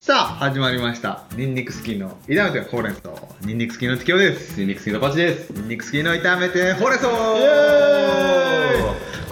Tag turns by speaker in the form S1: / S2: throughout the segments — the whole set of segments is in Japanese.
S1: さあ、始まりました。ニンニク好きの炒めてほうれん草。ニンニク好きの月きです。
S2: ニンニク好きのパチです。
S1: ニンニク好きの炒めてほうれん草
S2: エ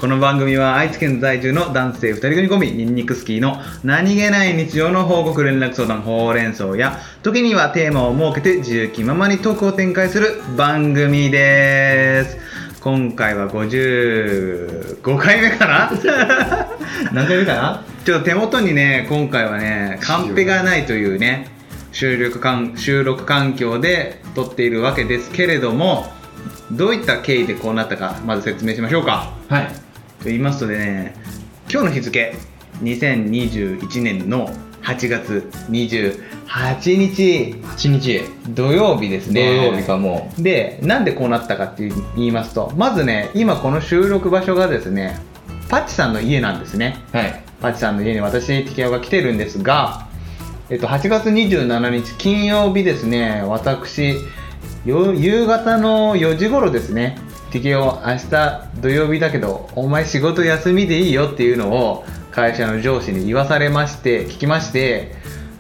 S1: この番組は愛知県在住の男性2人組コンビニンニクスキーの何気ない日常の報告連絡相談ほうれん草や時にはテーマを設けて自由気ままにトークを展開する番組です今回は55回目かな
S2: 何回目かな
S1: ちょっと手元にね今回はねカンペがないというね収録環収録環境で撮っているわけですけれどもどういった経緯でこうなったかまず説明しましょうか
S2: はい。
S1: と言いますとね今日の日付2021年の8月28日
S2: 8日。
S1: 土曜日です
S2: 土
S1: ね
S2: 曜日かも
S1: でなんでこうなったかって言いますとまずね今この収録場所がですねパッチさんの家なんですね
S2: う。はい。
S1: パチさんの家に私ティケオが来てるんですが、えっと、8月27日金曜日ですね私よ夕方の4時頃ですねティケオ明日土曜日だけどお前仕事休みでいいよっていうのを会社の上司に言わされまして聞きまして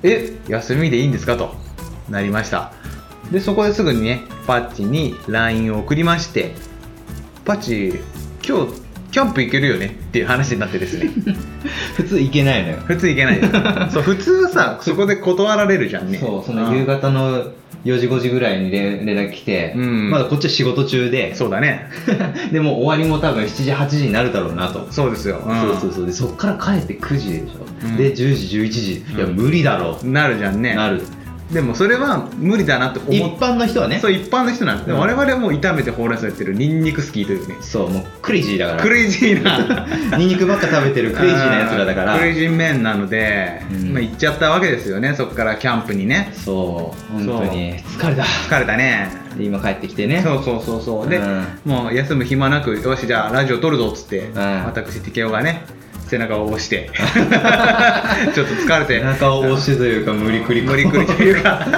S1: え休みでいいんですかとなりましたでそこですぐにねパッチに LINE を送りましてパッチ今日キャンプ行けるよねっていう話になってですね
S2: 普通行けないのよ。
S1: 普通行けないよ そう普通はさそこで断られるじゃんね
S2: そう、その夕
S1: 方
S2: 方の4時5時ぐらいに連連絡来て、
S1: うん
S2: まだこっちは仕事中で、
S1: そうだね
S2: でもう終わりも多分7時8時になるだろうなと。
S1: そうですよ、ん
S2: そうそうそう。で、そっから帰って9時でしょ。
S1: うん
S2: で、10時11時。いや、
S1: うん
S2: 無理だろう。
S1: なるじゃんね
S2: なる。
S1: でもそれは無理だなと
S2: 一
S1: 思って
S2: 般の人はね。
S1: そう一般の人なんです、でも
S2: うん
S1: 我々はもう炒めてほうれん草やってるニンニクスキーというね
S2: そう、もうクレイジーだから。
S1: クレイジーな
S2: ニンニクばっか食べて るクレイジーなやつらだから
S1: ク。レイジーメンなので、
S2: うん
S1: まあ、行っちゃったわけですよねそこからキャンプにね
S2: そう、本当に。疲れた。
S1: 疲れたね
S2: で今帰ってきてね。
S1: そうそうそうそうで、
S2: うん
S1: もう休む暇なくよしじゃあラジオ撮るぞっつって、
S2: ん
S1: 私ティケオがね背中を押して ちょっと疲れて
S2: 背中を押してというか無理くり
S1: 無理くりというか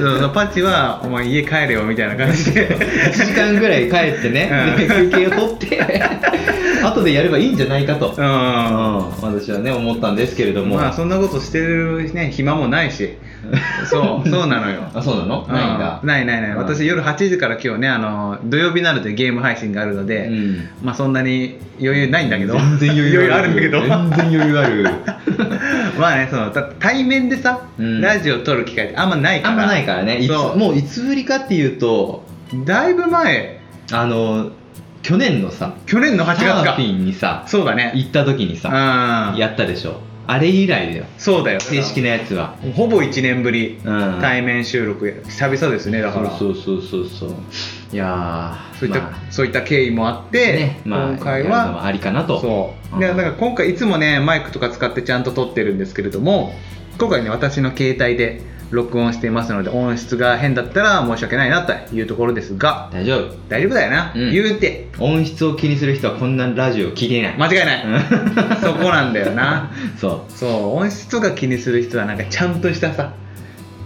S1: そうそうパッチは「お前家帰れよ」みたいな感じで
S2: 1時 間ぐらい帰ってね、
S1: うん
S2: で休憩を取って 後でやればいいんじゃないかと、
S1: うん
S2: うん、私はね思ったんですけれども、
S1: まあそんなことしてる、ね、暇もない しそうそうなのよ
S2: あそうなの ないんだ
S1: うないないない、
S2: うん
S1: 私夜8時から今日ねあの土曜日なのでゲーム配信があるので、
S2: うん
S1: まあそんなに余裕ないんだけど
S2: 全然余裕
S1: あるんだけど
S2: 全然余裕あ る
S1: まあねそのた対面でさ、
S2: うん
S1: ラジオ撮る機会ってあんまないか
S2: あ
S1: ら
S2: んまないからねいつ
S1: そう
S2: もういつぶりかっていうと
S1: だいぶ前
S2: あの去年のさ
S1: 去年の8
S2: サ
S1: 月
S2: ー
S1: か
S2: フィンにさ
S1: そうだね
S2: 行った時にさ
S1: うん
S2: やったでしょあれ以来だよ
S1: そうだよ
S2: 正式なやつは
S1: ほぼ1年ぶり、
S2: うん
S1: 対面収録久々ですねだから
S2: そうそうそうそうそういやー
S1: そういった、
S2: まあ
S1: そういった経緯もあって、
S2: ねまあ、
S1: 今回
S2: やるの
S1: は
S2: ありかなと
S1: そう
S2: うん
S1: でだから今回いつもねマイクとか使ってちゃんと撮ってるんですけれども今回ね私の携帯で録音していますので音質が変だったら申し訳ないなというところですが
S2: 大丈夫
S1: 大丈夫だよな、
S2: うん
S1: 言うて
S2: 音質を気にする人はこんなラジオ聞いていない、
S1: 間違いないそこなんだよな
S2: そ
S1: そう音質とか気にする人はなんかちゃんとしたさ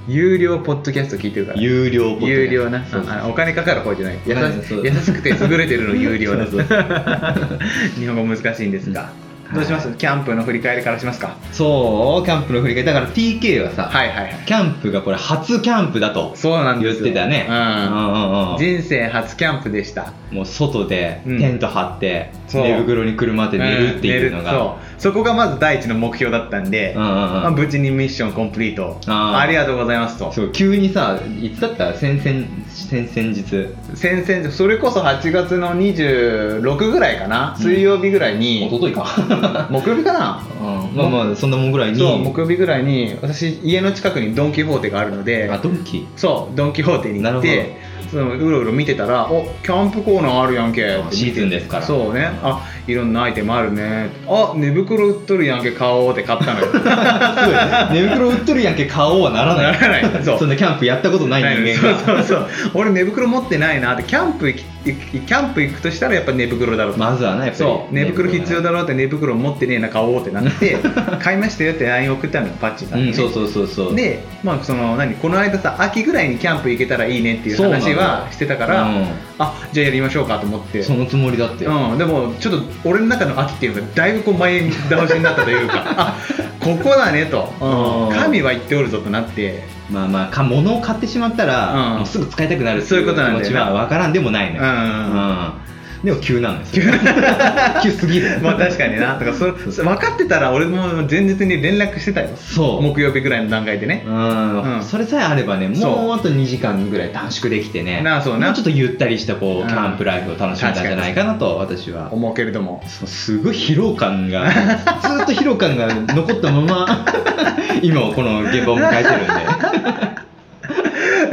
S1: 有料ポッドキャスト聞いてるか
S2: う
S1: ら
S2: 有料ポッドキャスト
S1: 有料な
S2: そうそう
S1: あのお金かかる方じゃない優し
S2: そう
S1: 優しくて優れて るの有料な
S2: そうそ
S1: 日本語難しいんですが、
S2: うん
S1: どうしますキャンプの振り返りからしますか
S2: そうキャンプの振り返りだから TK はさ、
S1: はいはいはい
S2: キャンプがこれ初キャンプだと
S1: そうなんで
S2: 言っ
S1: すよ
S2: てたね
S1: う
S2: うん
S1: ん
S2: うんうん
S1: 人生初キャンプでした
S2: もう外で
S1: うん
S2: テント張って、
S1: そう
S2: 寝袋にくるまって寝るっていうのが、
S1: ん寝るそうそこがまず第一の目標だったんで、
S2: うんうんうん
S1: まあ、無事にミッションコンプリート
S2: あー
S1: ありがとうございますと
S2: そう急にさいつだった先々先 々日
S1: 先々それこそ8月の26ぐらいかな、
S2: うん
S1: 水曜日ぐらいに
S2: 一昨日か
S1: 木曜日かな
S2: うんまあまあそんなもんぐらいに
S1: そう木曜日ぐらいに私家の近くにドン・キホーテがあるので
S2: あドンキ
S1: そうドン・キホーテに行っ
S2: なる
S1: てそのうろうろ見てたら「おキャンプコーナーあるやんけ」って見て
S2: シーズンですから
S1: そうねあいろんなアイテムあるねあ寝袋売っとるやんけ買おうって買った のよ
S2: すごい寝袋売っとるやんけ買おうはならない
S1: ならないそ
S2: そうそんなキャンプやったことない人間が
S1: そうそうそう俺寝袋持ってないなってキャンプ行き行きキャンプ行くとしたらやっぱ寝袋だろうと
S2: まずはねやっぱり
S1: そう寝袋必要
S2: だ
S1: だろうって寝袋持ってねえな買おうってなって 買いましたよって LINE 送ったのよパッチさん
S2: う
S1: にね
S2: んそうそうそうそう
S1: で、まあ、その何この間さ秋ぐらいにキャンプ行けたらいいねっていう
S2: そうなの
S1: 話はしてたから、
S2: うん
S1: あじゃあやりましょうかと思って
S2: そのつもりだってよ
S1: うん、でもちょっと俺の中の秋っていうのがだいぶこう前倒しになったというかあここだねと、
S2: うん
S1: 神は言っておるぞとなって、
S2: まあまあか物を買ってしまったら、
S1: うん
S2: もうすぐ使いたくなるって
S1: そういうことなんだ
S2: 気
S1: よ
S2: 持ちは分からんでもないの
S1: う
S2: よ、うん
S1: ん
S2: でも急なんですよ 急す ぎる
S1: まあ確かになだからそれ
S2: そう
S1: 分かってたら俺も前日に連絡してたよ
S2: そう
S1: 木曜日ぐらいの段階でね
S2: うん
S1: うん
S2: それさえあればね
S1: そう
S2: もうあと2時間ぐらい短縮できてね
S1: なあそうな
S2: もうちょっとゆったりしたこ
S1: うん
S2: うキャンプライフを楽しめたんじゃないかなと私は
S1: 思うけれども
S2: そうすごい疲労感がずーっと疲労感が残ったまま 今この現場を迎えてるんで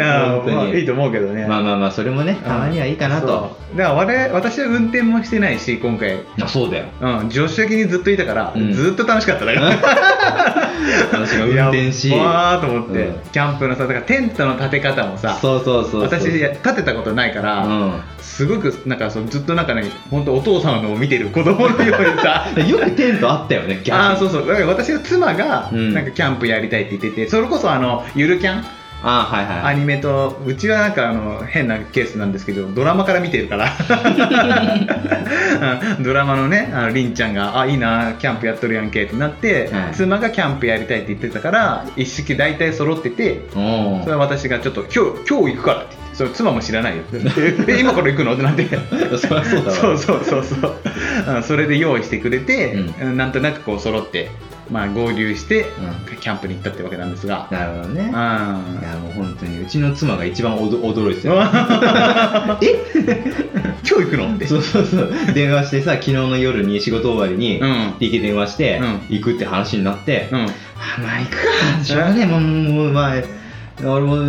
S1: あ
S2: 本当に
S1: まあいいと思うけどね
S2: まあまあまあそれもねたまにはいいかなと
S1: そうだから我々私は運転もしてないし今回、
S2: あそうだよ
S1: うん、助手席にずっといたから、
S2: うん
S1: ずっと楽しかっただから
S2: 私が運転し
S1: いやわーと思って、
S2: うん
S1: キャンプのさだからテントの立て方もさ
S2: そうそうそうそう
S1: 私
S2: うん
S1: 立てたことないから、すごくなんかそうずっとなんかね本当お父さんのを見てる子供のように さ
S2: よくテントあったよね逆に
S1: ああそうそうだから私の妻が
S2: うん
S1: なんかキャンプやりたいって言ってて、それこそあのゆるキャン
S2: あはいはい
S1: アニメとうちはなんかあの変なケースなんですけどドラマから見てるから うんドラマのねあのりんちゃんが「あいいなキャンプやっとるやんけ」ってなって、
S2: はい
S1: 妻がキャンプやりたいって言ってたから一式大体揃ってて
S2: おー
S1: それは私がちょっと今日今日行くからって言ってそれ妻も知らないよって言ってえ今から行くのってなって。
S2: そりゃそうだわ
S1: そうそうそうそううんそれで用意してくれて、
S2: う
S1: なんとなくこう揃って、まあ、合流して、
S2: う
S1: キャンプに行ったってわけなんですが、
S2: なるほど
S1: う
S2: ね
S1: ん、
S2: いやもう本当にうちの妻が一番おど驚いてたよ
S1: 今 日行くのって
S2: そうそうそう電話してさ昨日の夜に仕事終わりに、
S1: うん
S2: 行け電話して、
S1: うん
S2: 行くって話になって、
S1: うん
S2: あまあ行くか しょうがねえもうもうまあ俺も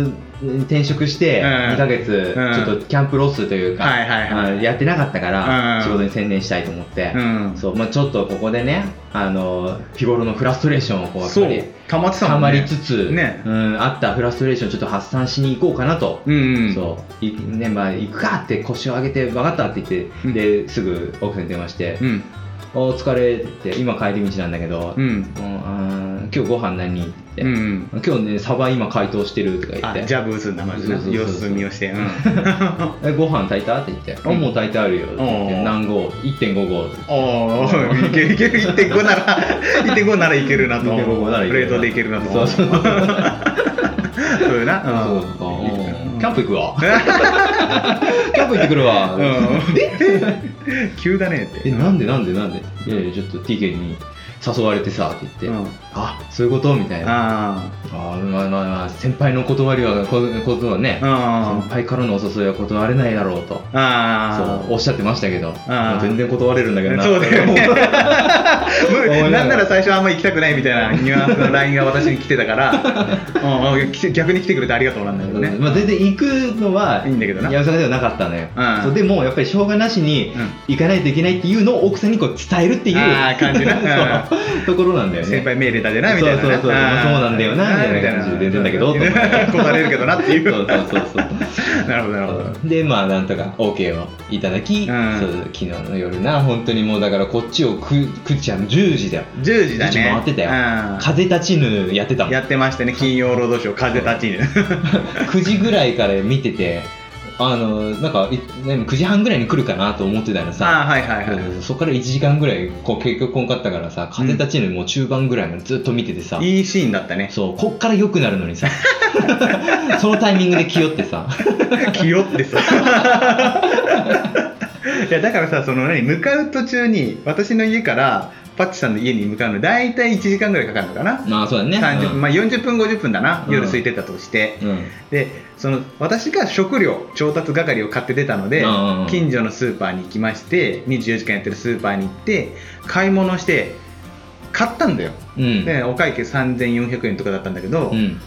S2: 転職して
S1: うん
S2: 2ヶ月、
S1: うん
S2: ちょっとキャンプロスというか、
S1: はいはいはい
S2: あやってなかったか
S1: う
S2: ら
S1: ん
S2: 仕事に専念したいと思って、
S1: うん
S2: そうまあ、ちょっとここでねあの日頃のフラストレーションをこうやっぱ
S1: そう
S2: り
S1: 溜まってたも
S2: た
S1: ん
S2: ま
S1: ね
S2: りつつ、
S1: ね
S2: うん、あったフラストレーションちょっと発散しに行こうかなと、
S1: うんうん
S2: そういねまあ、行くかって腰を上げて分かったって言って、
S1: うん
S2: ですぐ奥さんに電話して
S1: う、ん
S2: お疲れって今帰り道なんだけど、
S1: う
S2: うん
S1: ん
S2: あー今日ご飯何って
S1: う
S2: 言って、
S1: ん
S2: 今日ねサバ今解凍してるとか言っ
S1: あ
S2: て
S1: ジャブ打つんだまずな
S2: そうそうそう
S1: 様
S2: そう
S1: 子見をして、 うん、
S2: えご飯炊いたって言って、
S1: ん
S2: あもう炊いてあるよって言って
S1: おー
S2: 何合1.5合
S1: おおいけるいける1.5な ら1.5ならいけるなと思う
S2: 1.5ならい
S1: プ
S2: ける
S1: レー
S2: な
S1: トでいけるなと思
S2: そうそうそう
S1: そういうな、
S2: そ
S1: うん
S2: うか
S1: うん
S2: キャンプ行 くわキャンプ行ってくるわ、
S1: うん、急だねって
S2: え なんでなんでなんでいやいやちょっと TK に誘われてさって言って、
S1: うん
S2: あそういうことみたいなあ
S1: あ
S2: あーまあまあまあ先輩の断りはこことはね
S1: ああ
S2: 先輩からのお誘いは断れないだろうと
S1: ああ
S2: そうおっしゃってましたけど
S1: あー
S2: 全然断れるんだけどな
S1: そうだよね
S2: 思いながら
S1: なんなら最初あんま行きたくないみたいなニュアンスの LINE が私に来てた から、うんうんき逆に来てくれてありがとうなんだけどね、
S2: まあ、全然行くのはい
S1: いんだけどな
S2: やさかではなかったのよ、
S1: うん
S2: そうでもやっぱりしょうがなしに
S1: うん
S2: 行かないといけないっていうのを奥さんにこう伝えるっていう
S1: あー感じな
S2: そうところなんだよね
S1: 先輩命令だでなみたいな
S2: そうそうそう
S1: あー
S2: そうなんだよなみたいな感じで全然だけどと思って
S1: 断れるけどなってい
S2: そう
S1: う
S2: そうそうそう
S1: なるほどなるほど
S2: でまあなんとか OK をいただき、
S1: うん
S2: そう昨日の夜な本当にもうだからこっちをくくっちゃう10時だよ
S1: 10時だ
S2: 10時
S1: ね
S2: 回ってたよ
S1: うん
S2: 風立ちぬやってたもん
S1: やってましたね金曜ロードショー風立ちぬ
S2: 9時ぐらいから見ててあのなんかい9時半ぐらいに来るかなと思ってたの
S1: あ
S2: さ
S1: あはいはいはい、
S2: うんそこから1時間ぐらいこう結局こんかったからさ風立ちぬもう中盤ぐらいまでずっと見ててさ、
S1: いいシーンだったね
S2: そうこっから良くなるの にさそのタイミングで気負ってさ
S1: 気負って さいやだからさその何向かう途中に私の家からパッチさんの家に向かうの大体1時間ぐらいかかるのかな、
S2: まあそうだね
S1: 30分まあ、40分50分だな、
S2: うん
S1: 夜空いてたとして、
S2: うんうん
S1: でその私が食料調達係を買って出たので、
S2: うんうんうん
S1: 近所のスーパーに行きまして24時間やってるスーパーに行って買い物して買ったんだよ、
S2: うん
S1: でお会計3400円とかだったんだけど、
S2: うん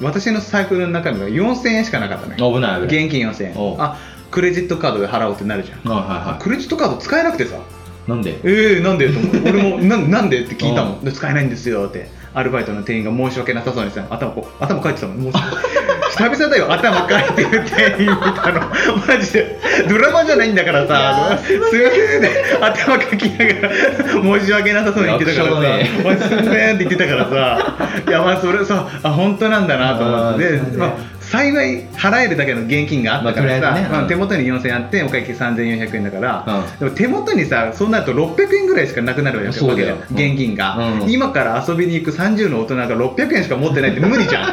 S1: 私の財布の中身が4000円しかなかったね
S2: 危ない危ない
S1: 現金4000
S2: おう
S1: 円あクレジットカードで払おうってなるじゃん
S2: はいは
S1: クレジットカード使えなくてさ
S2: いはいなんで
S1: えー、なんでと思 って俺もななんでって聞いたも
S2: うん
S1: で使えないんですよってアルバイトの店員が申し訳なさそうにさ頭こう頭かいてたもんもう久々だよ頭かいてる店員見たのマジでドラマじゃないんだからさすいませんって頭かきながら申し訳なさそうに言ってたからさ
S2: 役者だね
S1: お前すんねんって言ってたからさいやまあそれさあ本当なんだなと思って
S2: あー
S1: で、
S2: そうだね
S1: まあ、幸い払えるだけの現金があったから
S2: ま
S1: さ、
S2: あとりあえずねうん
S1: うん手元に4000円あってお会計3400円だから、
S2: うん
S1: でも手元にさそうなると600円ぐらいしかなくなるわけ
S2: そうだよ
S1: わけ現金が、
S2: うん
S1: 今から遊びに行く30の大人が600円しか持ってないって無理じ ゃ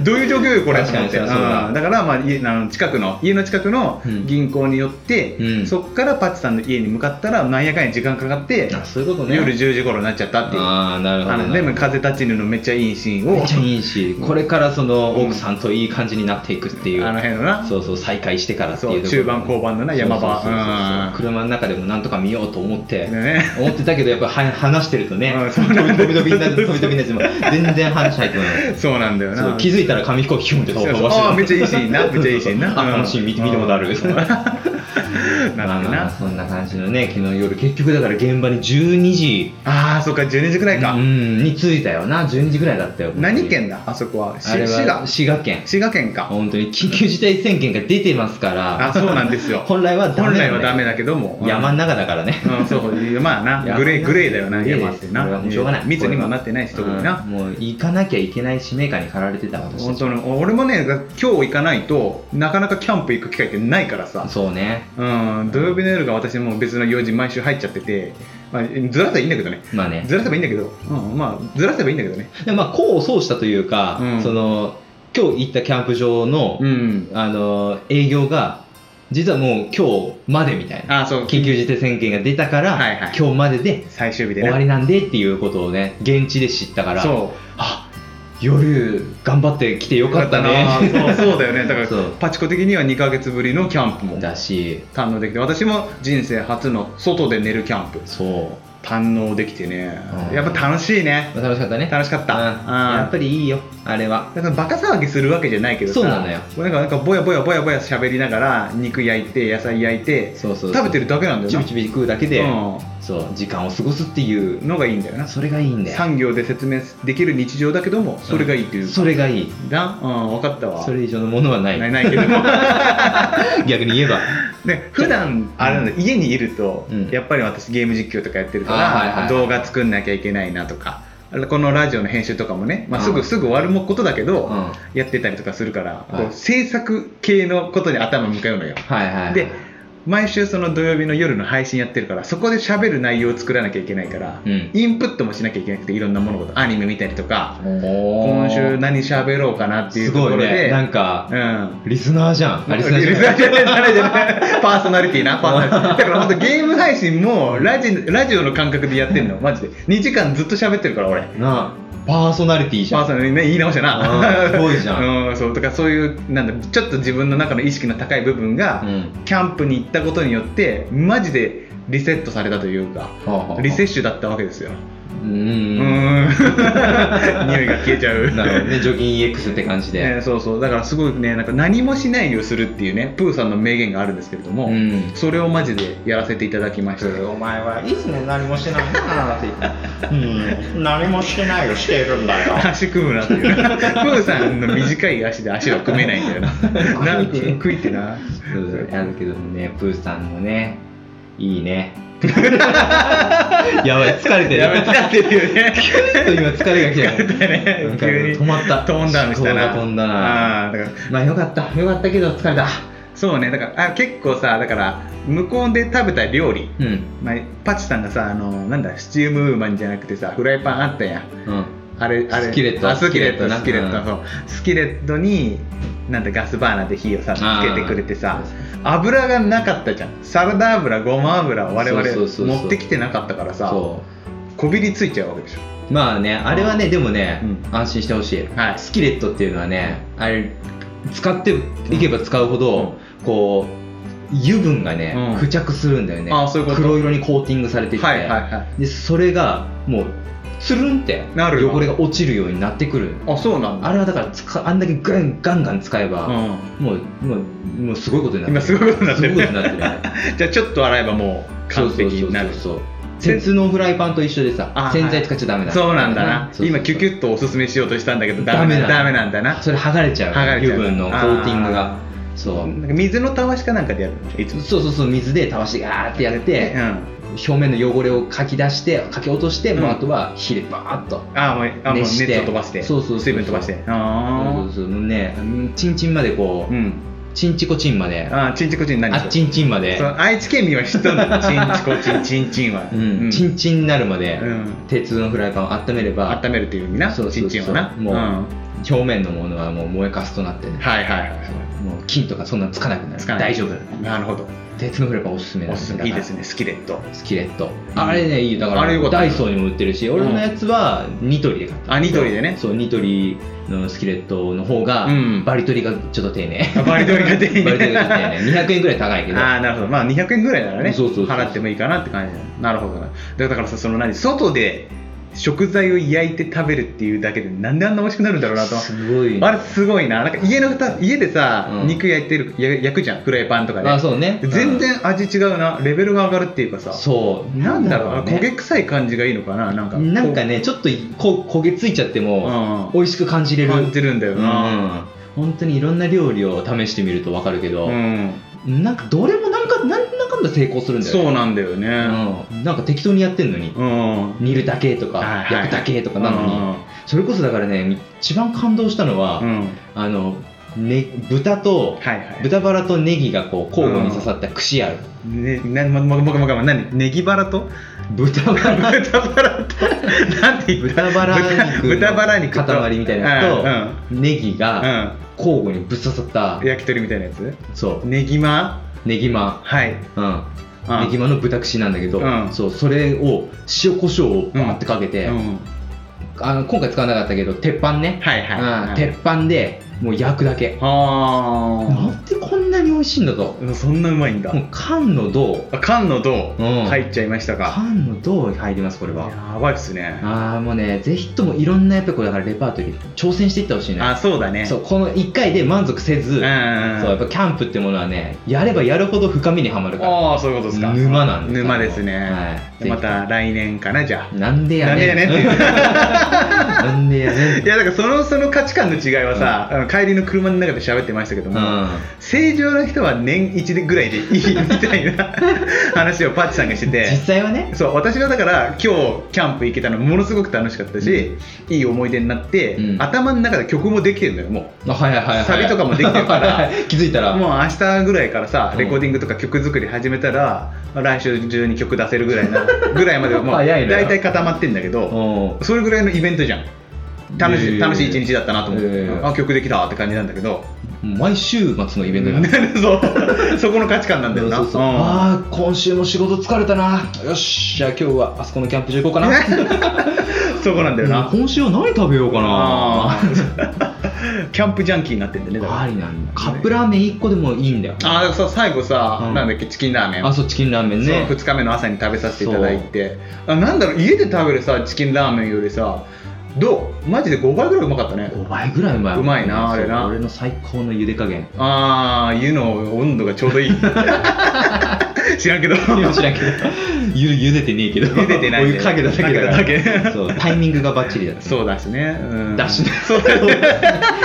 S1: んどういう状況よこれ
S2: 確かに
S1: と思って
S2: そうだ
S1: うんだから、まあ、家あの近くの家の近くの
S2: うん
S1: 銀行によって、
S2: うん
S1: そこからパチさんの家に向かったらなんやかんや時間かかって、
S2: あそういうことね
S1: 夜10時頃になっちゃったっていう。
S2: ああなるほど
S1: あ
S2: な
S1: のでも風立ちぬのめっちゃいいシーンを
S2: めっちゃいいしこれからその
S1: うん
S2: 奥さんといい感じになっていくっていう、
S1: あの辺のな
S2: そうそう再会してからっていう
S1: そう中盤後半のな山場
S2: そうそうそうそう
S1: うん
S2: 車の中でもなんとか見ようと思って、
S1: ね
S2: 思ってたけどやっぱは話してるとね
S1: うんそう
S2: 飛び飛び飛びになって飛び飛びになっても全然話入ってこない
S1: そうなんだよ
S2: そう
S1: な
S2: 気づいたら紙飛行機ヒュンって飛ばしてる
S1: ああめっちゃいいシーンなめっちゃいいシーンな
S2: あ
S1: うん
S2: 楽しい見て見たことある
S1: うんなるほ
S2: まあ
S1: ど
S2: まあ
S1: な
S2: そんな感じのね昨日夜結局だから現場に12時
S1: ああそっか12時くらいか
S2: うんに着いたよな12時ぐらいだったよ
S1: 何県だあそこはし
S2: あれは
S1: 滋賀
S2: 滋賀県
S1: 滋賀県か
S2: 本当に緊急事態宣言が出てますから
S1: あそうなんですよ
S2: 本来はダ
S1: 本
S2: メだね
S1: 来はダメだけども
S2: 山の中だからね
S1: うんそうまあなグレーグレーだよな山ってな
S2: これはもうしょうがない
S1: 密にもなってないし特に
S2: う
S1: なん
S2: もう行かなきゃいけない使命感に駆られてた私た
S1: 本
S2: ち
S1: 当に俺もね今日行かないとなかなかキャンプ行く機会ってないからさ
S2: そうね
S1: うん、土曜日の夜が私もう別の用事毎週入っちゃってて、まあ、ずらせばいいんだけどね
S2: まあね
S1: ずらせばいいんだけど、うんまあ、ずらせばいいんだけどね
S2: でまあ功を奏したというか、
S1: うん
S2: その今日行ったキャンプ場の、
S1: ん
S2: あの営業が実はもう今日までみたいな
S1: あそう
S2: 緊急事態宣言が出たから、
S1: はいはい
S2: 今日までで
S1: 最終日で
S2: 終
S1: ね
S2: わりなんでっていうことをね現地で知ったから
S1: そ
S2: あ夜頑張ってきてよ
S1: う
S2: かった
S1: な
S2: ね
S1: そうそうだよねだか
S2: そう
S1: らパチコ的には2ヶ月ぶりのキャンプも
S2: だし
S1: 堪能できて私も人生初の外で寝るキャンプ
S2: そう
S1: 堪能できてね、
S2: うん
S1: やっぱ楽しいね
S2: まあ楽しかったね
S1: 楽しかった、
S2: うん
S1: うん
S2: やっぱりいいよあれは
S1: だからバカ騒ぎするわけじゃないけどさ
S2: そうなのよ
S1: なんかなんかぼやぼやぼやぼや喋りながら肉焼いて野菜焼いて
S2: そうそうそう
S1: 食べてるだけなんだよ
S2: ち
S1: な
S2: びちび食うだけで、
S1: う、
S2: そう時間を過ごすっていうん
S1: のがいいんだよな
S2: それがいいんだよ
S1: 産業で説明できる日常だけどもそれがいいっていう、
S2: それがいい
S1: な、うん、分かったわ
S2: それ以上のものはな
S1: ないいないけども
S2: 逆に言えば
S1: ね普段あれなんだ家にいると、
S2: うん
S1: やっぱり私ゲーム実況とかやってるか
S2: あーはい
S1: ら、
S2: はいはい
S1: 動画作んなきゃいけないなとかこのラジオの編集とかもね、まあ、すぐ、
S2: うん
S1: すぐ終わることだけど、
S2: うん
S1: やってたりとかするから、
S2: はい
S1: こう制作系のことに頭向かうのよ
S2: はいはいはい
S1: で毎週その土曜日の夜の配信やってるからそこで喋る内容を作らなきゃいけないから、
S2: うん
S1: インプットもしなきゃいけなくていろんな物事アニメ見たりとか
S2: お
S1: 今
S2: ー
S1: 週何喋ろうかなっていう
S2: す
S1: とこ
S2: ごい
S1: ろで、
S2: ねなんか
S1: うん
S2: リスナーじゃんあリスナーじ
S1: リ
S2: ゃ
S1: ス
S2: ん
S1: ナーじゃない誰じゃないパーソナリティ なパーソナリティだから本当ゲーム配信もラジラジオの感覚でやってんのマジで2時間ずっと喋ってるから俺
S2: なあパーソナリティじ
S1: パ
S2: ゃ
S1: ー
S2: ん
S1: ソナリティね言い直したな
S2: うんすごいじゃ ん
S1: うんそうとかそういうなんだちょっと自分の中の意識の高い部分が、
S2: うん
S1: キャンプに行ったことによってマジでリセットされたというか
S2: はあはあはあ
S1: リセッシュだったわけですよ
S2: うん
S1: う
S2: うんうん
S1: ーん 匂いが消えちゃう
S2: なるほどね除菌 EX って感じで、
S1: えーそうそうだからすごいねなんか何もしないをするっていうねプーさんの名言があるんですけれども、
S2: うん
S1: それをマジでやらせていただきました
S3: お前はいつね何もしてないなって言って、うん、何もしてないをしているんだよ
S1: 足組むなっていうプーさんの短い足で足は組めないんだよななんか食いってな
S2: そうそうやるけどもねプーさんもねいいね やばい疲れてる
S1: やめ使ってるよね
S2: 急に今疲れが来た
S1: ね
S2: なんか
S1: 急に
S2: 止まった
S1: 飛んだのした
S2: 思
S1: な
S2: 考が飛んだな
S1: あーだから
S2: まあよかったよかったけど疲れた
S1: そうねだからあ結構さだから向こうで食べた料理、
S2: うん
S1: まあ、パチさんがさあのなんだスチームウーマンじゃなくてさフライパンあったやん
S2: うん
S1: あれあれ
S2: スキレット
S1: あスキレットス
S2: ス
S1: キ
S2: キ
S1: レ
S2: レ
S1: ッ
S2: ッ
S1: ト、
S2: ト
S1: そ
S2: な
S1: うスキレットになんだガスバーナーで火をさ
S2: あ
S1: つ
S2: ー
S1: けてくれてさ油がなかったじゃんサラダ油ごま油を我々
S2: そうそうそうそう
S1: 持ってきてなかったからさ
S2: そ
S1: こびりついちゃうわけでしょ
S2: うまあねあれはねでもね、
S1: うん
S2: 安心してほしい、
S1: はい
S2: スキレットっていうのはねあれ使っていけば使うほど、こう油分がね、
S1: うん
S2: 付着するんだよね
S1: あそういうこと
S2: 黒色にコーティングされていて、
S1: はいはいはい
S2: でそれがもうつるんって
S1: なるよ
S2: 汚れが落ちるようになってくる
S1: あそうなんだ
S2: あれはだから使あんだけガンガンガン使えば、
S1: うん
S2: もうもうもうすごいことになって
S1: 今すごいことになってる
S2: すごいことになってる
S1: じゃあちょっと洗えばもう完璧になる
S2: そうそうそうそう鉄のフライパンと一緒で
S1: あ
S2: さ洗剤使っちゃダメだ
S1: そうなんだな
S2: そうそうそう
S1: 今キュキュッとおすすめしようとしたんだけどダメだダ
S2: ダ
S1: メ
S2: メ
S1: なんだな
S2: それ剥がれちゃう
S1: 剥がれちゃう
S2: 油分のコーティング
S1: あ
S2: がそ
S1: な
S2: う
S1: んか水のたわしかなんかでやるんでしょいつも
S2: そうそうそう水でたわしガーってやって、
S1: うん
S2: 表面の汚れをかき出してかき落として、
S1: うん
S2: もうあとは火でバーッと
S1: あーもうあもうネ
S2: 熱して
S1: ット飛ばして
S2: そうそうそう
S1: 水分飛ばして
S2: そ
S1: あ
S2: うそうそうもうねうんチンチンまでこ
S1: あ
S2: う、
S1: うん
S2: チンチコチンまであ
S1: あーちんちこちん何
S2: っちんちんまで
S1: そう愛知県民は知っとんのちんちこちんちんちんは、
S2: うんチンチンになるまで、
S1: うん
S2: 鉄のフライパンを温めれば
S1: 温めるっていう意味な
S2: そうそうそう
S1: ちんちんはな
S2: もう、
S1: ん、
S2: 表面のものはもう燃えかすとなって、
S1: はいはいはい
S2: もう金とかそんなつかなくなる
S1: つかない
S2: 大丈夫
S1: なるほど
S2: 鉄のフライパンおすすめなん
S1: おすすめいいですねスキレット
S2: スキレットあれねいいだから
S1: あれよかった
S2: ダイソーにも売ってるし俺のやつはニトリで買った
S1: あニトリでね
S2: そうニトリのスキレットの方が
S1: うん
S2: バリ取りがちょっと丁寧
S1: あバリ取りが丁寧
S2: バリ取りが丁 寧200円ぐらい高いけど
S1: ああなるほどまあ200円ぐらいならね
S2: そうそうそう
S1: 払ってもいいかなって感じだなるほどなだからさその何外で食材を焼いて食べるっていうだけでなんであんな美味しくなるんだろうなと
S2: すごいね
S1: あれすごいななんか家のふた家でさ、
S2: うん
S1: 肉焼いてるや焼くじゃんフライパンとかで
S2: あそうね
S1: 全然味違うなレベルが上がるっていうか
S2: う
S1: さ
S2: んそう
S1: なんだろうな
S2: ね
S1: 焦げ臭い感じがいいのかななんか
S2: なんかねちょっとこ焦げついちゃって
S1: うんう
S2: も
S1: ん
S2: 美味しく感じれる
S1: 感じるんだよな
S2: うん本当にいろんな料理を試してみると分かるけど、
S1: うん
S2: なんかどれもなんかなんだかんだ成功するんだよね
S1: そうなんだよね
S2: うん、なんか適当にやってんのに、
S1: うん
S2: 煮るだけとか、
S1: はいはい
S2: 焼くだけとかなのに、それこそだからね一番感動したのは、
S1: うんうん
S2: あのね、豚と、
S1: はいはい
S2: 豚バラとネギがこう交互に刺さった串ある、
S1: ね、な、ま、ま、ま、ま、ま、何、ネギバラ と。
S2: 豚バ ラ
S1: 豚バラと。なんていう
S2: 豚バラ肉の
S1: 豚バラ肉と。
S2: 塊みたいなのと、
S1: うん
S2: ネギ
S1: う
S2: が
S1: ん、
S2: 交互にぶっ刺さった、
S1: うん、焼き鳥みたいなやつ。
S2: そう
S1: ネギマ。
S2: ネギマ、
S1: はい。
S2: うん
S1: うん
S2: ネギマの豚串なんだけど、
S1: うん
S2: そうそれを塩コショウをバーってかけて、
S1: うん、
S2: あの今回使わなかったけど鉄板ね、
S1: はいはいはい
S2: うん鉄板でもう焼くだけな
S1: あ
S2: んでこんなに美味しいんだと
S1: あ。そんなうまいんだ
S2: も。う缶の銅
S1: あ缶の銅、
S2: うん
S1: 入っちゃいましたか。
S2: 缶の銅入りますこれは
S1: やばいっすね。
S2: ああもうねぜひともいろんなやっぱこうだからレパートリー挑戦していってほしいね
S1: あ、そうだね。
S2: そうこの1回で満足せ
S1: うん
S2: ず、
S1: うんうん
S2: そうやっぱキャンプってものはねやればやるほど深みにはまるから
S1: ああ、そういうことですか。
S2: 沼なんです
S1: 沼ですね。
S2: はい
S1: でまた来年かな、じゃあ。
S2: なんでやねん
S1: なんでやねんって
S2: なんでやねん
S1: いやだからそのその価値観の違いはさ、あの帰りの車の中で喋ってましたけども、
S2: うん
S1: 正常な人は年1でぐらいでいいみたい な話をパッチさんがしてて
S2: 実際はね
S1: そう私はだから今日キャンプ行けたのものすごく楽しかったし、いい思い出になって、
S2: うん
S1: 頭の中で曲もできてるんだよも
S2: あはいはいはいはい
S1: サビとかもできてるから
S2: 気づいた
S1: う
S2: ら
S1: もう明日ぐらいからさ
S2: うん
S1: レコーディングとか曲作り始めたら、来週中に曲出せるぐらい なぐらいまではもう
S2: 早いね
S1: 大体固まってんだけど、
S2: うん
S1: それぐらいのイベントじゃん楽しい、
S2: えー
S1: 楽しい一日だったなと思って、
S2: えー
S1: あ曲できたって感じなんだけど
S2: 毎週末のイベントだから
S1: そ うそこの価値観なんだよな
S2: そうそう
S1: うん
S2: ああ今週も仕事疲れたなよしじゃあ今日はあそこのキャンプ場行こうか な
S1: そこなんだよな、
S2: 今週は何食べようか
S1: あ
S2: な
S1: ー キャンプジャンキーになってんだよねだから
S2: ありなんだカップラーメン1個でもいいんだよ
S1: あーだからさ最後さ、
S2: うん
S1: なんだっけチキンラーメン
S2: あそうチキンラーメンね
S1: 2日目の朝に食べさせていただいてあなんだろう家で食べるさチキンラーメンよりさどうマジで5倍ぐらいうまかったね
S2: 5倍ぐらいうまいう
S1: まいなあれな
S2: そう俺の最高の茹で加減
S1: ああ湯の温度がちょう どいい知 らんけど
S2: いや知らんけどゆ茹でてねえけど
S1: 茹でてないね
S2: お湯かけただけだから
S1: かけただけ
S2: そう タイミングがバッチリだった
S1: そうだしね。うん
S2: だしね
S1: そうだね。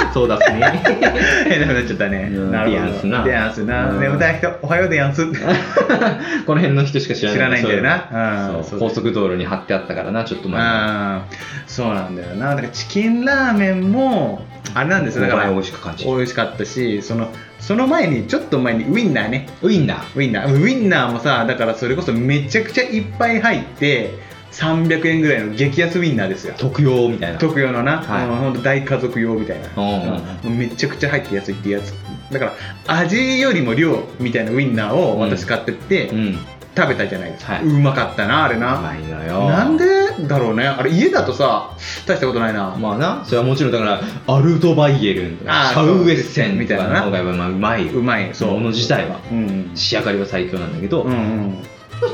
S2: そうだっすね
S1: 変なことなっちゃったね。
S2: うん
S1: なるほど
S2: ディアンスな
S1: ディアンスな。
S2: うん
S1: 眠たい人、おはようディアンス。
S2: この辺の人しか知らない
S1: 知らないんだよな
S2: そう
S1: うん
S2: そ
S1: そうう
S2: 高速道路に貼ってあったからなちょっと前に
S1: あーそうなんだよな。だからチキンラーメンも、あれなんですよ。だから、
S2: 美味しく感じ
S1: 美
S2: る
S1: 味しかったし、その、その前に、ちょっと前にウインナーね。
S2: ウインナー
S1: ウインナー。ウインナーもさ、だからそれこそめちゃくちゃいっぱい入って、300円ぐらいの激安ウインナーですよ。
S2: 特用みたいな
S1: 特用のな、
S2: はい
S1: もうほんと大家族用みたいな、
S2: う
S1: めちゃくちゃ入って安いってやつだから味よりも量みたいなウインナーを私買ってって、
S2: うん
S1: 食べたじゃないですか、
S2: はいう
S1: まかったなあれ
S2: う
S1: な、
S2: まいのよ
S1: なんでだろうねあれ家だとさ大したことないな、
S2: まあなそれはもちろんだからアルトバイエルンとか
S1: あー
S2: シャウエッセンみ
S1: み
S2: た
S1: た
S2: い
S1: い
S2: な
S1: な
S2: の方がやっぱまあうまいう
S1: まいそ
S2: そ
S1: うう
S2: もの自体は
S1: うん
S2: 仕上がりは最強なんだけど、
S1: うんうん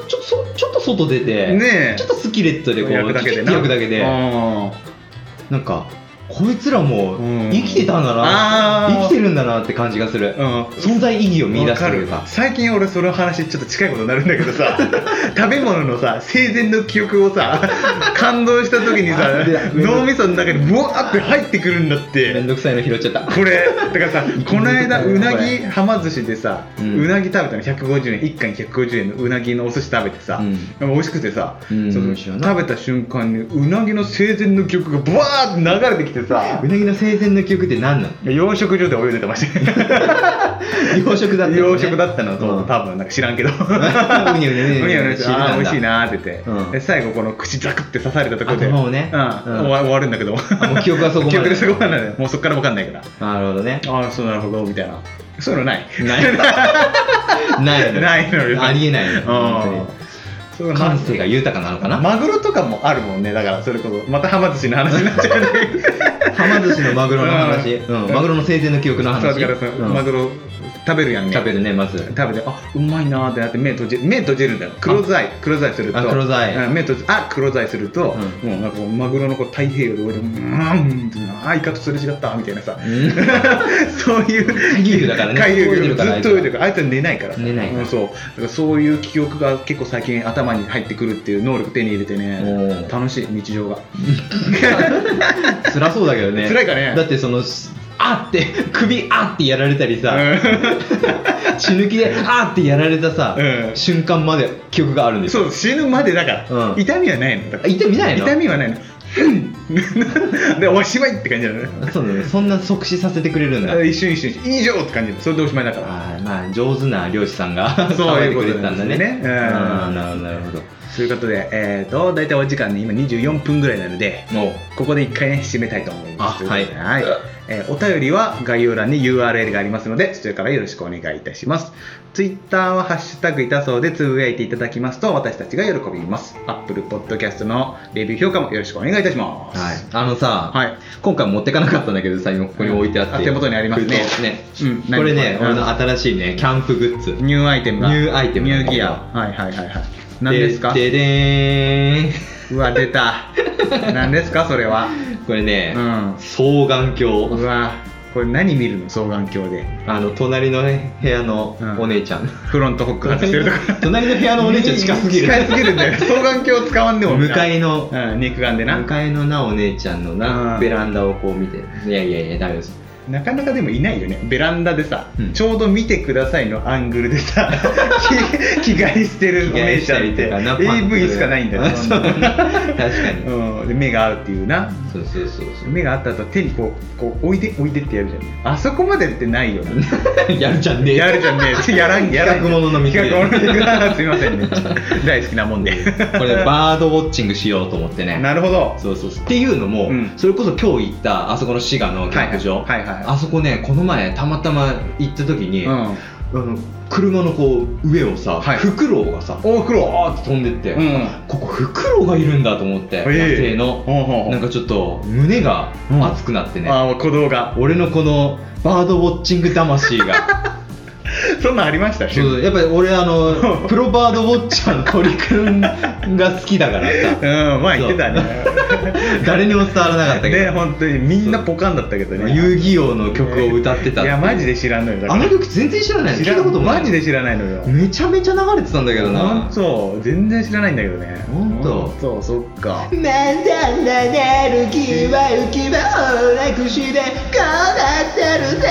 S2: ちょそちょっと外出て
S1: ねえ
S2: ちょっとスキレットでこう
S1: 焼くだけでな
S2: 焼くだけで
S1: うん
S2: なんかこいつらも
S1: うん
S2: 生きてたんだ
S1: あ
S2: な、
S1: ー
S2: 生きてるんだなって感じがする、
S1: うん
S2: 存在意義を見出すと
S1: わか
S2: いう
S1: る
S2: か
S1: 最近俺その話ちょっと近いことになるんだけど さ食べ物のさ生前の記憶をさ感動した時にさ
S2: あで
S1: 脳みその中にブワーって入ってくるんだって
S2: めんどくさいの拾っちゃった
S1: これだからさこの 間
S2: これ
S1: うなぎはま寿司でさ、う
S2: うん
S1: なぎ食べたの150円1貫150円のうなぎのお寿司食べてさ、
S2: うん
S1: でも美味しくてさ、
S2: うん
S1: そ
S2: 美
S1: の
S2: 味しいよ
S1: 食
S2: な
S1: べた瞬間にうなぎの生前の記憶がブワーって流れてきてさ
S2: うなぎの生前の記憶って何なの
S1: 養殖場で泳いでてました ね
S2: 養殖だったのね
S1: 養殖だったのと、
S2: うん
S1: 多分なんか知らん けど
S2: うにゃうにゃうにゃうにゃ
S1: うにゃうにゃして
S2: 知らんんだ
S1: あー美味しいなーって言って、
S2: うん
S1: で最後この口ザクって刺されたところで
S2: あもうね
S1: うん
S2: うん
S1: 終わ終わるんだけど
S2: あもう記憶はそこまで
S1: 記憶でそこまでもうそこから分かんないから
S2: なるほどね
S1: ああそうなるほどみたいなそういうのない
S2: ないないの
S1: ないのよ
S2: ありえないの本
S1: そう
S2: 当
S1: な
S2: に
S1: ん
S2: 感性が豊かなのかな
S1: マグロとかもあるもんねだからそれこそまた浜寿司の話になっちゃうね
S2: はま寿司のマグロの話、
S1: うん
S2: うんマグロの生前の記憶の
S1: そう
S2: 話
S1: だからさ、
S2: うん
S1: マグロ食べるやんね
S2: 食べるねまず
S1: 食べてあうまいなーってなって目閉じ目閉じるんだよ黒ざい黒ざいすると
S2: あ黒ざい
S1: うん目閉じあ黒ざいすると、
S2: う
S1: もうなんかこうマグロのこう太平洋で泳いでうーんってあイカとすれ違ったみたいなさ そういう
S2: 海流だからね
S1: 海
S2: 泳いで
S1: 流
S2: る
S1: ず
S2: から
S1: っと泳いでるからあいつは寝ないから
S2: 寝ないから
S1: うんそうだからそういう記憶が結構最近頭に入ってくるっていう能力手に入れてね
S2: おー
S1: 楽しい日常 が
S2: 辛そうだけどね
S1: 辛いかね
S2: だってそのしあって首あってやられたりさ、血抜きであってやられたさ、
S1: うん
S2: 瞬間まで記憶があるんですよ
S1: そう死ぬまでだから、
S2: うん
S1: 痛みはないのだ
S2: あ
S1: から
S2: 痛みないの
S1: 痛みはないのうん でおしまいって感じだね
S2: そうだねそんな即死させてくれるんだ
S1: 一瞬一瞬一瞬以上って感じそれでおしまいだから
S2: あーまあ上手な漁師さんが
S1: そういうこと
S2: さばてくれてたんだね
S1: ですねうん
S2: あーなるほどなるほど
S1: ということで、えー、と大体お時間ね今24分ぐらいなので
S2: もう
S1: ここで一回ね締めたいと思います
S2: あはい
S1: はいえーお便りは概要欄に URL がありますのでそちらからよろしくお願いいたします Twitter は「ハッシュタグいたそう」でつぶやいていただきますと私たちが喜びます Apple Podcast のレビュー評価もよろしくお願いいたします、
S2: はい、あのさ、
S1: はい
S2: 今回持ってかなかったんだけどさ今ここに置いてあって、
S1: あ手元にありますねうん
S2: これね
S1: 何これ
S2: 俺の新しいねキャンプグッズ
S1: ニューアイテムが
S2: ニューアイテム
S1: ニ
S2: な
S1: ュ
S2: ん
S1: ー
S2: だけ
S1: ギ
S2: ど
S1: アはいはいはいはい何ですか
S2: でで
S1: うわ出 た何ですかそれは
S2: でーんこ れね、
S1: うん
S2: 双眼
S1: う
S2: 鏡
S1: わこれ何見るの双眼鏡で
S2: あの隣の部屋の
S1: うん
S2: お姉ちゃん、
S1: フロントホック外してるとか
S2: 隣の部屋のお姉ちゃん近すぎる
S1: 近すぎるんだ よ双眼鏡使わんでも
S2: 向かいの
S1: うん、肉眼でな
S2: 向かいのなお姉ちゃんのな、
S1: うん
S2: ベランダをこう見ていやいやいやダメです
S1: なかなかでもいないよねベランダでさ、
S2: うん
S1: ちょうど見てくださいのアングルで さ着着替えしてるお姉ちゃんっ
S2: 着替えしたり
S1: て
S2: とかなパンツ
S1: AV しかないんだよ
S2: あそう確かに、
S1: うん、で目が合うっていうな、
S2: そうそうそう
S1: 目が合った後手にこうこうおいでおいでってやるじゃんあそこまでってないよな
S2: そうやるじゃんねえ
S1: やるじゃん ねやらんやらん
S2: 企画ものの店
S1: 企画ものの店すいませんね 大好きなもんで
S2: これバードウォッチングしようと思ってね
S1: なるほど
S2: そうそうっていうのも、
S1: うん
S2: それこそ今日行ったあそこの滋賀のキャンプ場、
S1: はいはいはいはい
S2: あそこねこの前たまたま行った時に、
S1: う
S2: あ
S1: ん
S2: の車のこう上をさ、
S1: はい
S2: フクロウがさ
S1: おフクロ
S2: バーッて飛んでって、
S1: ウうん
S2: ここフクロウがいるんだと思って、
S1: ええ
S2: 野生
S1: ほ
S2: の、
S1: うほうほう
S2: なんかちょっと胸が熱くなってね、
S1: ああ鼓動が
S2: 俺のこのバードウォッチング魂 が
S1: そんなんありました
S2: そう
S1: ね
S2: そうやっぱり俺あのプロバードウォッチャーの鳥くんが好きだか
S1: う
S2: ら
S1: ん
S2: さ
S1: まあ言ってたね
S2: 誰にも伝わらなかった けど、
S1: で本当にみんなポカンだったけどね
S2: 遊戯王の曲を歌ってた
S1: い
S2: っていう
S1: やマジで知らんのよだか
S2: あ
S1: ら
S2: の曲全然知らないの
S1: 知
S2: 聞い
S1: ら
S2: たこと
S1: ん
S2: もない
S1: マジで知らないのよ
S2: めちゃめちゃ流れてたんだけど
S1: ほ
S2: なん
S1: と全然知らないんだけどね
S2: ほんと
S1: そうそっか
S2: まだなる気は浮きは楽しで変わってるぜ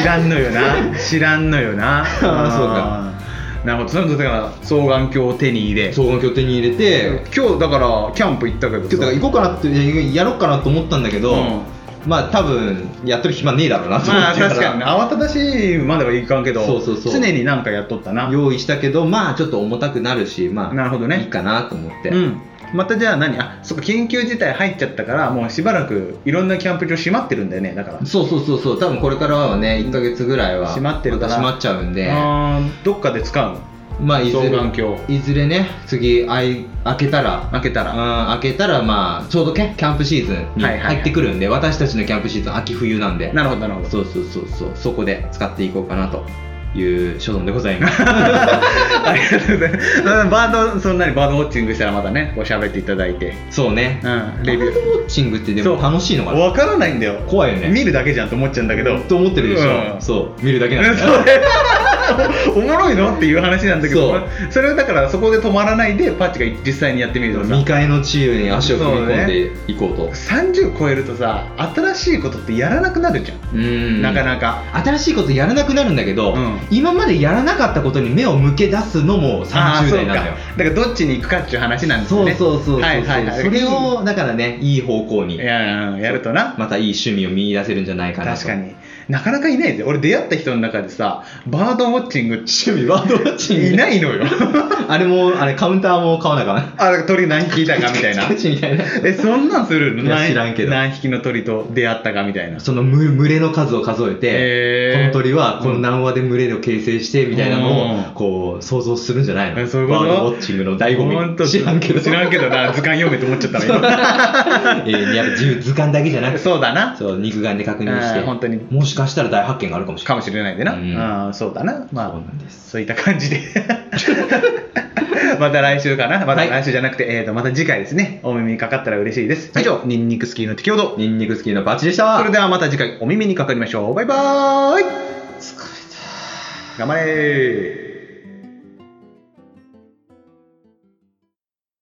S1: 知らんのよな知らんのよ なあ
S2: あ
S1: そうかなるほどそれとだから双眼鏡を手に入れ
S2: 双眼鏡手に入れて
S1: 今日だからキャンプ行ったけど
S2: ちょっと行
S1: こ
S2: こうかなってやろうかなと思ったんだけど、
S1: うん
S2: まあ多分やってる暇ねえだろうなと思
S1: まあ
S2: って
S1: 確かにね慌ただしいまではいかんけど
S2: そうそうそう
S1: 常になんかやっとったな
S2: 用意したけどまあちょっと重たくなるしまあ
S1: なるほどね
S2: いいかなと思って、
S1: うんまたじゃあ何あそっか緊急事態入っちゃったからもうしばらくいろんなキャンプ場閉まってるんだよねだから
S2: そうそうそうそう多分これからはね1か月ぐらいは
S1: 閉まってるから
S2: また閉まっちゃうんで
S1: あーどっかで使うの
S2: まあいずれ
S1: 双眼鏡
S2: いずれね次あい開けたら
S1: 開けたら
S2: うん、開けたらまあちょうどねキャンプシーズンに
S1: はいはいはい
S2: 入ってくるんで、私たちのキャンプシーズン秋冬なんで
S1: なるほどなるほど
S2: そうそうそうそうそこで使っていこうかなという所存でございます
S1: ありがとうございますうんバードそんなにバードウォッチングしたらまたねこう喋っていただいて
S2: そうね
S1: うんレビュ
S2: バードウォッチングってでも
S1: そう
S2: 楽しいのかな
S1: わからないんだよ
S2: 怖いよね
S1: 見るだけじゃんと思っちゃうんだけど
S2: と思ってるでし
S1: う
S2: ょ、
S1: ん
S2: そう見るだけなんだよ
S1: それ おもろいのっていう話なんだけど
S2: そう
S1: それをだからそこで止まらないでパッチが実際にやってみる とさ
S2: 未開の地位に足を踏み込んでいこうとう,、
S1: 30超えるとさ新しいことってやらなくなるじゃん、
S2: ん
S1: なかなか
S2: 新しいことやらなくなるんだけど、
S1: うん
S2: 今までやらなかったことに目を向け出すのも
S1: あー
S2: 30
S1: そう
S2: 代
S1: か
S2: なんだよ
S1: だからどっちに行くかっていう話なんです
S2: そう
S1: ね
S2: そうそうそう、
S1: はいはいはい
S2: それをだからねいい方向
S1: い
S2: に
S1: やうんやるとな
S2: またいい趣味を見出せるんじゃないかなと
S1: 確かになかなかいないぜ俺出会った人の中でさバードウォッチングって
S2: 趣味バードウォッチング
S1: いないの よ
S2: あれもあれカウンターも買わなかな
S1: あ鳥何匹いたかみた いな
S2: チみたいな
S1: えそんなんするの
S2: いや
S1: 何
S2: 知らんけど
S1: 何匹の鳥と出会ったかみたいな
S2: その群群れの数を数えて、
S1: へー
S2: この鳥はこの何羽で群れを形成してみたいなの
S1: う
S2: を
S1: ん
S2: こう想像するんじゃないの
S1: えそういうこと
S2: バードウォッチングの醍
S1: ほ
S2: 醐
S1: んと
S2: 味知らん けど
S1: 知らんけどな図鑑読めと思っちゃったの今
S2: えーやっぱ自由図鑑だけじゃなくて
S1: そうだな
S2: そう肉眼で確認して、
S1: うん本当に
S2: もしかしたら大発見があるかもしれ
S1: か
S2: ない
S1: もしれないでな、
S2: うん
S1: あーそうだなまあ
S2: そうなんです
S1: そういった感じで また来週かなまた来週じゃなくて、えー、とまた次回ですねお耳にかかったら嬉しいです以上、ニンニクスキーの適応度
S2: ニンニク好きのバチでした
S1: それではまた次回お耳にかかりましょうバイバーイ疲れた頑張れー